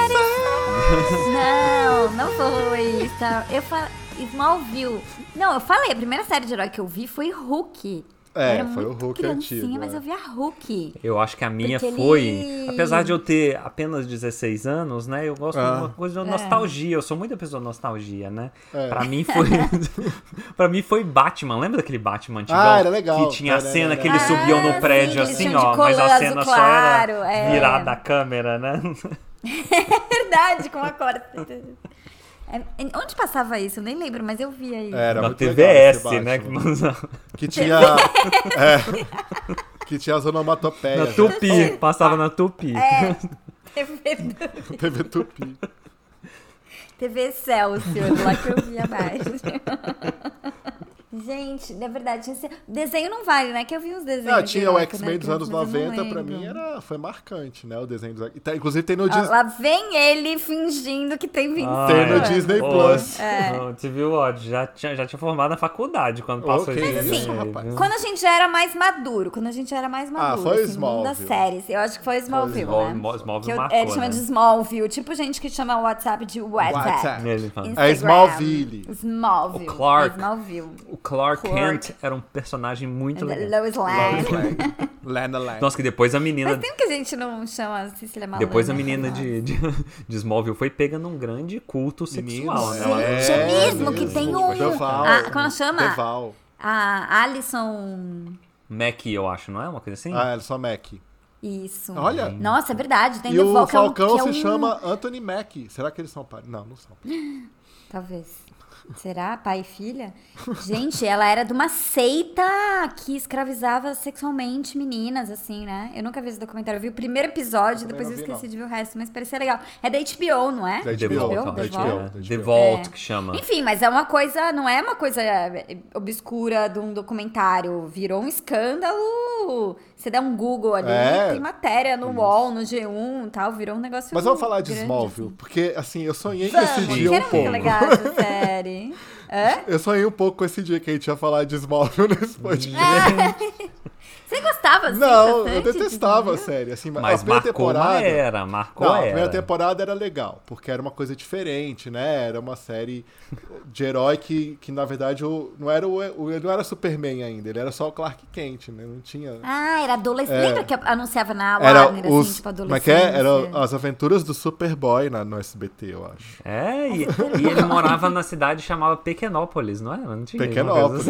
Não, não foi tá. isso. Eu falei. Smallville. Não, eu falei, a primeira série de herói que eu vi foi Hulk.
É,
era
foi o
muito
Hulk
criancinha,
antigo,
mas
é.
eu vi a Hulk.
Eu acho que a minha
Porque
foi.
ele-
Apesar de eu ter apenas 16 anos, né? Eu gosto
Ah.
de uma coisa
É.
de nostalgia. Eu sou muita pessoa de nostalgia, né?
É.
Pra mim foi. pra mim foi Batman. Lembra daquele Batman antigo?
Ah, era legal.
Que tinha a
Era,
cena
era,
que eles
era.
subiam
Ah,
no
sim,
prédio
que eles
assim,
tinham de
ó. Mas
color
a cena
azul
só era
claro, é.
virada a câmera, né?
Verdade, com uma corda. É, é, onde passava isso? Eu nem lembro, mas eu via isso.
Era
Na
Tá muito legal esse
TVS, né?
Batman.
que-
Que tinha. é, que tinha as
Na
onomatopeias. né?
Tupi. Passava na Tupi.
É, TV, do-
TV Tupi.
TV Celsius, lá que eu via mais. Gente, na verdade, esse desenho não vale, né? Que eu vi uns desenhos.
Ah, tinha
direto,
o
né,
X-Men dos
que eu-
anos
mas eu não
90, pra
lembro.
mim era, foi marcante, né? O desenho dos e tá- Inclusive tem no
Ó,
Disney.
lá vem ele fingindo que tem 25
Ah,
Tem no
anos.
Disney
Ô,
Plus.
não, Você viu, ó, já tinha, já tinha formado na faculdade quando passou
Ok,
esse
isso,
desenho aí,
rapaz.
viu?
assim, Quando a gente já era mais maduro, quando a gente era mais maduro,
né? Ah, foi
assim, no mundo das
Smallville.
séries. Eu acho que foi Smallville,
Small-
né?
Mo- Smallville
que eu,
marcou,
ele chama
né?
de Smallville, tipo gente que chama o WhatsApp de WhatsApp.
WhatsApp. É
Ele fala.
Instagram,
Smallville.
Smallville.
O Clark.
é Smallville.
O Clark,
Clark.
Kent era um personagem muito legal.
Lois Lane.
Lana Lang.
Nossa, que depois a menina.
Faz tempo que a gente não chama a Cecília Malone.
Depois a
né?
menina de, de, de Smallville foi pega num grande culto sexual, né? Ela-
Gente, é mesmo que tem um-
Deval.
Ah, como ela chama?
Deval.
A Alison...
Mac, eu acho, não é? Uma coisa assim?
Ah, ele só Mac.
Isso.
Olha.
Nossa, é verdade. Tem
E
The
o
Vocal,
Falcão
que é
se
um-
chama Anthony Mack. Será que eles são pais? Não, não são.
Talvez. Será? Pai e filha? Gente, ela era de uma seita que escravizava sexualmente meninas, assim, né? Eu nunca vi esse documentário. Eu vi o primeiro episódio,
também
depois
não
eu
vi,
esqueci
não.
de ver o resto, mas parecia legal. É da HBO, não é?
Da
The
HBO,
Vault,
da
ó,
HBO.
é.
tá. da
The
HBO.
Vault,
É.
que chama.
Enfim, mas é uma coisa, não é uma coisa eh, obscura de um documentário. Virou um escândalo. Você dá um Google ali,
É.
tem matéria no UOL, no G1 e tal, virou um negócio.
Mas vamos falar de
grande,
Smallville,
assim.
porque assim, eu sonhei com esse
Vamos,
dia um
quero
pouco.
muito é legal essa série. Hã?
Eu sonhei um pouco com esse dia que a gente ia falar de Smallville
Hum.
nesse podcast.
Você gostava assim,
Não, eu
Ah, bastante de
detestava a
Smallville?
série. Assim,
Mas
a primeira
marcou uma
temporada.
era, marcou
Não, a
era.
primeira temporada era legal, porque era uma coisa diferente, né? Era uma série de herói que, que na verdade, o, não, era o, o- ele não era Superman ainda, ele era só o Clark Kent, né? Não tinha.
Ah, era adolescente. Lembra que anunciava na
É. Era
Warner,
os.
assim, tipo
como é
adolescente?
que é? Era as aventuras do Superboy na, no SBT, eu acho.
É, e, e ele morava na cidade que chamava Pequenópolis, não era? Não tinha uma coisa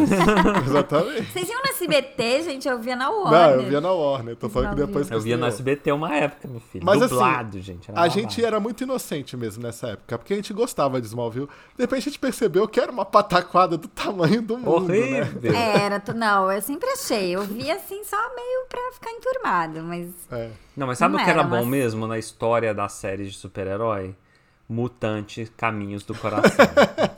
Pequenópolis.
assim.
Exatamente.
Vocês iam no SBT, gente? Eu via na
Não,
Warner.
eu via na Warner, tô falando que
Smallville.
depois que
Eu via no
estreou.
SBT uma época, meu filho.
Mas
Dublado,
assim,
gente.
a gente era muito inocente mesmo nessa época, porque a gente gostava de Smallville. De repente a gente percebeu que era uma pataquada do tamanho do mundo, né?
horrível.
É, Era, tu- não, eu sempre achei. Eu via assim só meio pra ficar enturmado, mas.
É.
Não, mas sabe
Não
o que era,
era,
bom
mas-
mesmo na história das séries de super-herói? Mutante Caminhos do Coração.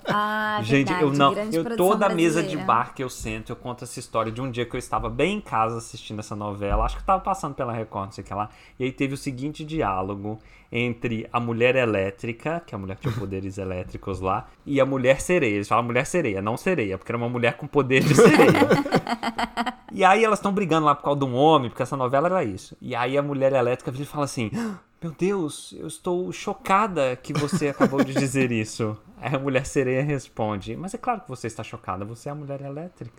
Ah,
Gente,
verdade,
eu não.
É grande
Eu
produção
toda mesa de
brasileira.
bar que eu sento, eu conto essa história de um dia que eu estava bem em casa assistindo essa novela. Acho que eu tava passando pela Record, não sei o que lá. E aí teve o seguinte diálogo entre a mulher elétrica, que é a mulher que tinha poderes elétricos lá, e a mulher sereia. Eles falam mulher sereia, não sereia, porque era uma mulher com poder de sereia. E aí elas estão brigando lá por causa de um homem, porque essa novela era isso. E aí a mulher elétrica vira e fala assim: "Ah, Meu Deus, eu estou chocada que você acabou de dizer isso. Aí a mulher sereia responde: Mas é claro que você está chocada, você é a mulher elétrica.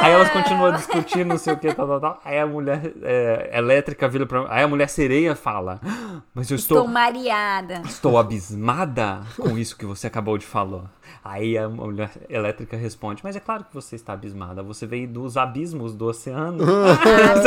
aí elas continuam discutindo, não sei o que, tal, tal, tal. Aí a mulher é, elétrica vira pra. Aí a mulher sereia fala: "Ah, Mas eu
Tô
estou
mareada.
Estou abismada com isso que você acabou de falar. Aí a mulher elétrica responde: Mas é claro que você está abismada. Você veio dos abismos do oceano.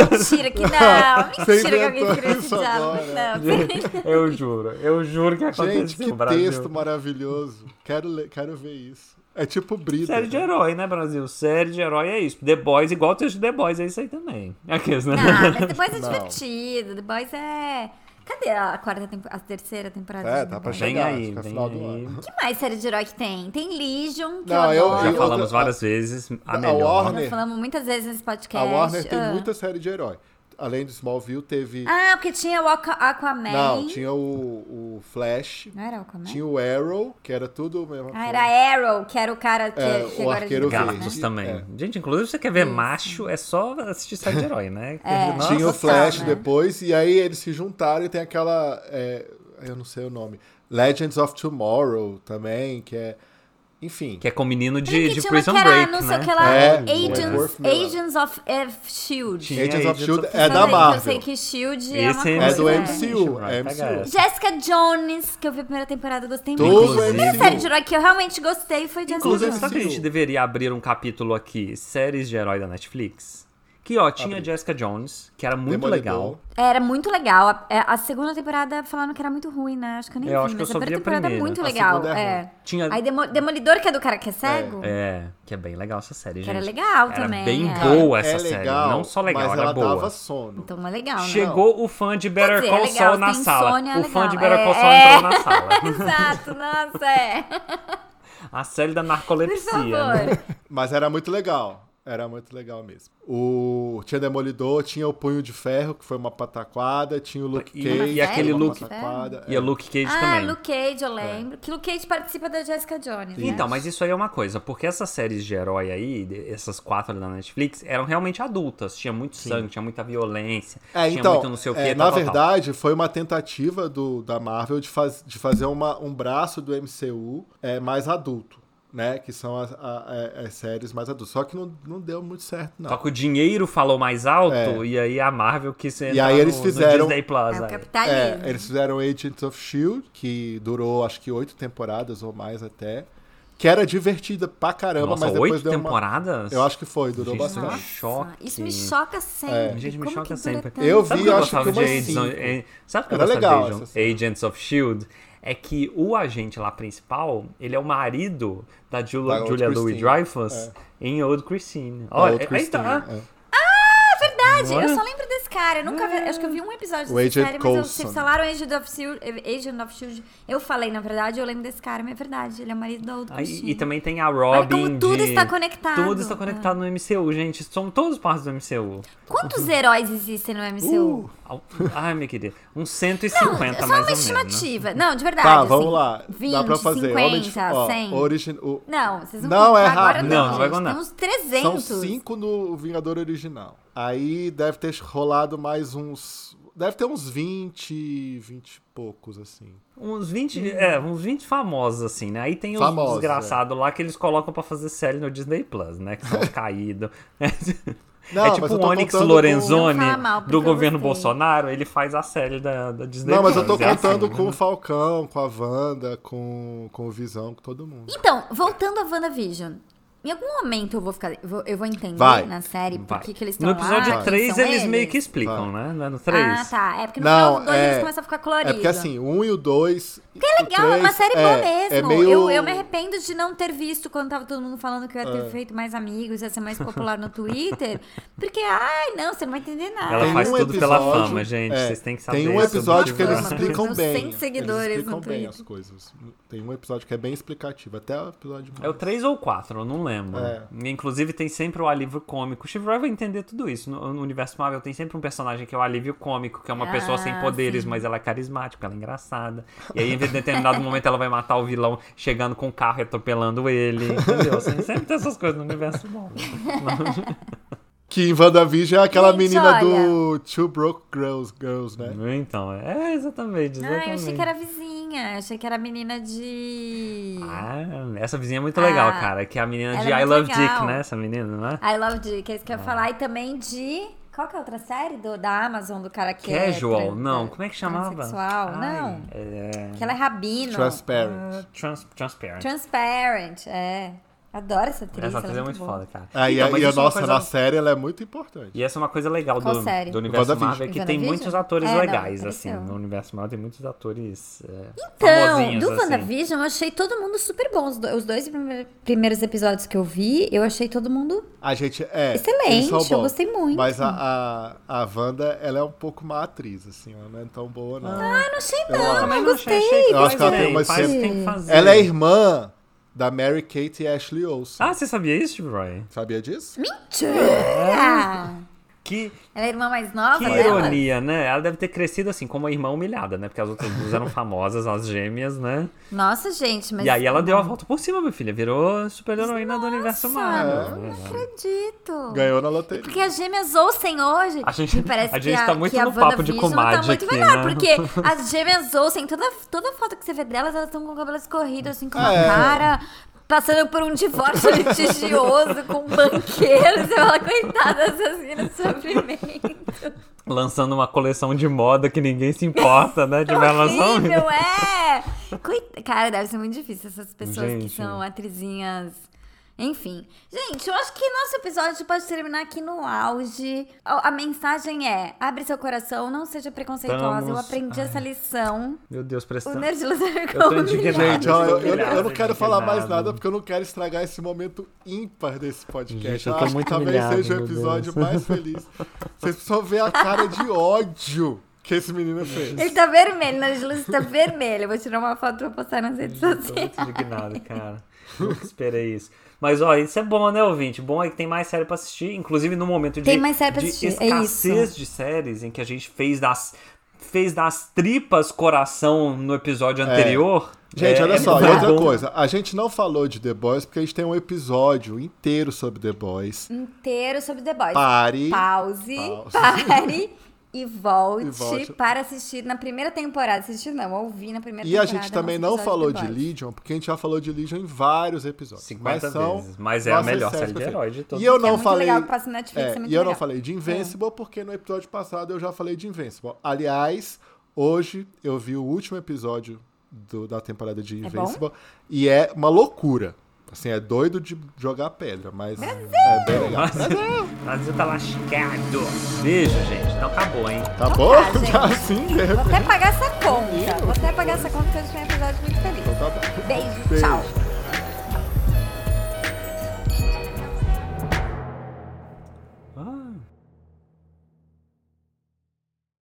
Ah, mentira que não.
Você
Mentira que alguém
inventou
escreveu esse
isso
diálogo.
agora.
Não.
eu juro, eu juro que aconteceu.
Gente, que
Brasil.
texto maravilhoso. Quero, ler- quero ver isso. É tipo Brida.
Série de herói, né, Brasil? Série de herói é isso. The Boys, igual o texto de The Boys, é isso aí também. Aqueles, né?
Ah, mas depois é
Não.
divertido. Depois é. Cadê a quarta tempo- a terceira temporada?
É,
de
tá
The
pra
Boys?
Vem
chegar.
aí,
acho que é
vem
final do
aí.
ano.
que mais série de herói que tem? Tem Legion, que
Não,
eu
eu-
adoro.
Já
eu-
falamos
outra- Ah,
várias vezes, a
a
melhor.
Warner-
Nós falamos muitas vezes nesse
A
podcast.
Warner tem
Ah.
muita série de herói. Além de Smallville, teve.
Ah, porque tinha o Aqua- Aquaman.
não, tinha o, o Flash.
Não era Aquaman?
Tinha o Arrow, que era tudo mesmo.
Ah, era Arrow, que era o cara que,
É,
que
o
agora...
arqueiro
Galactus
Verde,
também.
é.
Gente, inclusive, você quer ver macho, é só assistir série de herói, né? Nossa,
Tinha o
Nossa,
Flash
né?
depois, e aí eles se juntaram e tem aquela. é, eu não sei o nome. Legends of Tomorrow também, que é. Enfim.
Que é com o menino de,
Ele
de
que tinha
Prison
uma que era,
Break,
não sei
né?
o que lá,
É,
Agents,
Worth Miller.
Agents of é, F. S.H.I.E.L.D.
Tinha
Agents of
Agents
Shield
of
é
Só daí
da
que Eu sei
Marvel.
que S.H.I.E.L.D. é uma
Esse
coisa...
É do
né?
MCU, é
Pega
MCU.
essa.
Jessica Jones, que eu vi a primeira temporada, eu gostei
Tudo
muito. Inclusive, a
MCU.
série de herói que eu realmente gostei foi Jessica
Inclusive, tá
Jones.
sabe que a gente deveria abrir um capítulo aqui? Séries de herói da Netflix? Que, ó, tinha a Jessica Jones, que era muito
Demolidor.
legal.
Era muito legal. A, é, a segunda temporada falaram que era muito ruim, né? Acho que eu nem
É, eu
vi,
acho que
mas
eu só
a primeira
vi a
temporada é
primeira.
muito
A
legal.
segunda é
é.
ruim.
Tinha-
Aí Demo- Demolidor, que é do cara que é cego?
É, que é bem legal essa
Que
série, gente.
era legal
Era
também,
bem
é.
boa essa
é
série.
legal,
Não só legal,
mas
era
ela
boa.
dava sono.
Então é legal, né?
Chegou o fã de
Quer
Better
dizer, é
Call
legal,
Saul na
tem
sala.
insônia, é
o fã de
legal.
Better Call Saul
É.
entrou na sala.
Exato, nossa, é.
A série da
Por
é, narcolepsia. né?
favor.
Mas era muito legal. Era muito legal mesmo. O... Tinha Demolidor, tinha o Punho de Ferro, que foi uma pataquada, tinha o Luke
E-
Cage.
e
que foi
aquele
uma
Luke-
pataquada,
E
é.
a Luke Cage
Ah,
também. É.
Luke Cage, eu lembro. Que Luke Cage participa da Jessica Jones, né?
Então, mas isso aí é uma coisa, porque essas séries de herói aí, de- essas quatro da Netflix, eram realmente adultas. Tinha muito sangue, tinha muita violência,
É,
tinha
então,
muito não sei o que.
é, na verdade, foi uma tentativa do, da Marvel de, faz- de fazer uma- um braço do MCU é, mais adulto, né? Que são as, a- a- as séries mais adultas. Só que não, não deu muito certo, não.
Só que o dinheiro falou mais alto,
É.
e aí a Marvel quis entrar
aí eles
no,
fizeram-
no Disney Plus.
É o
aí.
capitalismo.
É, eles fizeram Agents of S.H.I.E.L.D., que durou acho que oito temporadas ou mais até. Que era divertida pra caramba,
Nossa,
mas depois
oito
deu uma...
temporadas?
Eu acho que foi, durou
Gente, isso me
bastante.
choca. É,
Isso me choca sempre.
Gente, me
Como
choca
que dura
sempre.
tanto?
Eu
Sabe
vi,
o que eu
acho que
gostava de
umas
Agents of-
cinco.
eh, Sabe o que eu
Era
gostava
legal
de
essa
Agents,
série.
Agents of S.H.I.E.L.D.? É que o agente lá principal, ele é o marido da Ju-
Da Old
Julia
Christine. é.
Louis-Dreyfus em Old Christine.
Da
Olha,
outra
aí tá.
Christine, é.
Ah, Verdade,
Não é?
eu só lembro desse cara. Eu nunca vi, acho que eu vi um episódio
O
dessa
Agent
série, mas eu,
Coulson.
vocês falaram Agent of, Shield, Agent of Shield. Eu falei, na verdade, eu lembro desse cara, mas é verdade. Ele é o marido da outra
Aí-
Christine.
e também tem a Robin.
como tudo
de-
está conectado.
Tudo está conectado no MCU, gente. São todas partes do MCU.
Quantos heróis existem no MCU?
Uh,
Au- Ai, minha querida. Uns
Não, é
150
só uma
mais ou menos. né?
estimativa. Não, de verdade.
Tá,
assim,
vamos lá.
20,
Dá pra fazer.
50,
Origin- ó,
100.
origin- o-
Não, vocês não,
Não,
contam
é
agora,
rápido.
não.
Não, não vai
gente.
contar.
Tem uns 300.
São cinco no Vingador original. Aí deve ter rolado mais uns. Deve ter uns 20, 20 e poucos, assim.
Uns 20, é, uns 20 famosos, assim, né? Aí tem os
Famosos, é.
desgraçados lá que eles colocam pra fazer série no Disney Plus, né? Que são os caídos.
Não,
é
mas
tipo
eu
o
tô
Onyx
contando
Lorenzoni
com- Não fala mal, porque
do
eu
governo
gostei.
Bolsonaro, ele faz a série da, da Disney
Não, mas
Plus.
eu tô
é
contando
assim,
com
né?
o Falcão, com a Wanda, com, com o Visão, com todo mundo.
Então, voltando a WandaVision. Em algum momento eu vou ficar. vou- eu vou entender
Vai.
na série por
Vai.
que, que eles estão
No
lá.
episódio
quem
3
são
eles, meio que
eles.
explicam, né? No 3.
Ah, tá. É porque no final
Não,
dos dois
é,
eles começam a ficar coloridos.
É porque assim, o um e o dois.
Que é legal, é uma série boa mesmo.
É meio... É.
eu, eu me arrependo de não ter visto quando tava todo mundo falando que eu ia ter feito mais amigos, ia ser mais popular no Twitter. Porque, ai, não, você não vai entender nada.
Ela
Tem
faz
um
tudo pela
episódio-
fama, gente.
é,
Vocês têm que saber
Tem um
sobre
episódio que
isso.
eles
Fama,
explicam
dos
bem.
cem seguidores
eles explicam
no
bem
Twitter.
as coisas. Tem um episódio que é bem explicativo, até o episódio
É o 3 ou 4, eu não lembro.
É.
Inclusive tem sempre o alívio cômico. O Chivroy vai entender tudo isso. No, no universo Marvel tem sempre um personagem que é o alívio cômico, que é uma
Ah,
pessoa sem poderes, mas ela é carismática, ela é engraçada. E aí em determinado momento ela vai matar o vilão chegando com o carro e atropelando ele. Entendeu? Assim, sempre tem essas coisas no universo Marvel.
Que em WandaVision é aquela
Gente, olha.
menina do Two Broke Girls, Girls, né?
Então, é exatamente,
Ah,
exatamente.
eu achei que era vizinha, eu achei que era menina de.
Ah, essa vizinha é muito legal,
Ah,
cara. Que é a menina
ela é
de I
muito
Love Dick,
legal.
né? Essa menina, né?
I Love Dick, que é isso que eu ia falar. E também de. Qual que é a outra série do, da Amazon, do cara que é.
Casual,
tran-
não. Como é que chamava?
Transexual,
Ai,
não.
É...
Que ela é rabino.
Transparent.
Trans, transparent.
Transparent, é. Adoro essa atriz.
Essa
ela
atriz é muito
boa.
foda, cara.
Ah, e
Então,
a-
mas
e a
isso é uma
nossa,
coisa-
na série, ela é muito importante.
E essa é uma coisa legal
Qual
do,
série?
do universo
WandaVision.
Marvel, é que tem
WandaVision?
muitos atores
É, não,
legais, assim.
apareceu.
No universo Marvel tem muitos atores é,
Então,
famosinhos,
do
assim.
WandaVision, eu achei todo mundo super bom. Os do- os dois prime- primeiros episódios que eu vi, eu achei todo mundo.
A gente é.
Excelente,
eles são
eu
bons.
gostei muito.
Mas a, a, a Wanda, ela é um pouco má atriz, assim, ela não é tão boa, não.
Eu ah, não achei,
Eu
não,
acho-
eu,
Também não achei-
gostei.
achei que
Eu acho que ela
faz
tem umas
bem, faz o que
cenas-
tem que fazer.
Ela é irmã da Mary Kate e Ashley Olsen.
Ah, você sabia isso, Roy?
Sabia disso?
Ah.
Mentira!
Que,
Ela é irmã mais nova
que
dela?
ironia, né? Ela deve ter crescido assim, como uma irmã humilhada, né? Porque as outras duas eram famosas, as gêmeas, né?
Nossa, gente, mas. né?
E aí ela deu a volta por cima, minha filha. Virou super heroína do universo
Nossa,
Marvel.
É.
não
né?
acredito.
Ganhou na loteria.
Porque as gêmeas Olsen hoje.
A gente-
me parece
a gente
que
tá muito
que a
no papo de
WandaVision
comadre
tá muito
aqui,
melhor,
né?
porque as gêmeas Olsen, toda, toda foto que você vê delas, elas estão com o cabelo escorrido, assim, com uma
É.
cara passando por um divórcio litigioso com um banqueiros. Eu falo, coitada dessas minas sofrimento.
Lançando uma coleção de moda que ninguém se importa, né? De vai lançar um-
Horrível, é! Coit- Cara, deve ser muito difícil essas pessoas que
Gente.
são atrizinhas. Enfim. Gente, eu acho que nosso episódio pode terminar aqui no auge. A a mensagem é: abre seu coração, não seja preconceituosa. Eu
Estamos-
aprendi
Ai.
essa lição.
Meu Deus,
O
prestando.
Nerd Loser
Eu tô indignado.
Gente, ó, eu, eu- eu
Humilhado,
não quero falar mais
indignado.
nada porque eu não quero estragar esse momento ímpar desse podcast.
Gente, eu tô
Acho que
muito
talvez
humilhado,
seja o
meu
episódio
Deus.
mais feliz. Vocês precisam ver a cara de ódio que esse menino fez.
Ele tá vermelho, Nerd Loser tá vermelho. Eu vou tirar uma foto pra postar nas redes
Tô
sociais.
muito indignado, cara. Nunca esperei isso. Mas, ó, isso é bom, né, ouvinte? Bom é que tem mais série pra assistir. Inclusive, no momento de,
Tem mais série pra
de
assistir, é
escassez
isso.
de séries em que a gente fez das, fez das tripas coração no episódio anterior.
É. Gente,
é-
olha
é
só, e
muito
outra
bom.
coisa, a gente não falou de The Boys porque a gente tem um episódio inteiro sobre The Boys.
Inteiro sobre The Boys.
Pare.
pause,
Pause.
pare e volte,
E volte.
para assistir na primeira temporada. Assistir não, ouvir na primeira
E a
É temporada.
gente também
nosso
não
episódio
falou
The
de
Boys.
Legion, porque a gente já falou de Legion em vários episódios.
50
mas são
vezes, mas é a
nossas
melhor
séries
série de
preferidas.
herói de todos
E eu
É
não
muito
falei.
legal, passa na Netflix, é
e
muito
eu não
legal. É.
falei de Invincible, porque no episódio passado eu já falei de Invincible. Aliás, hoje eu vi o último episódio do- da temporada de
bom?
Invincible e é uma loucura. Assim, é doido de jogar pedra, mas é bem legal.
Mas, mas eu tava chicado. Beijo, gente. Não acabou, hein?
Tá
Então
bom?
tá, gente.
Tá assim, de
Vou
repente.
até pagar essa conta. Vou até pagar essa conta que eu tinha um é episódio muito feliz.
Tá bom.
Beijo,
Beijo.
tchau.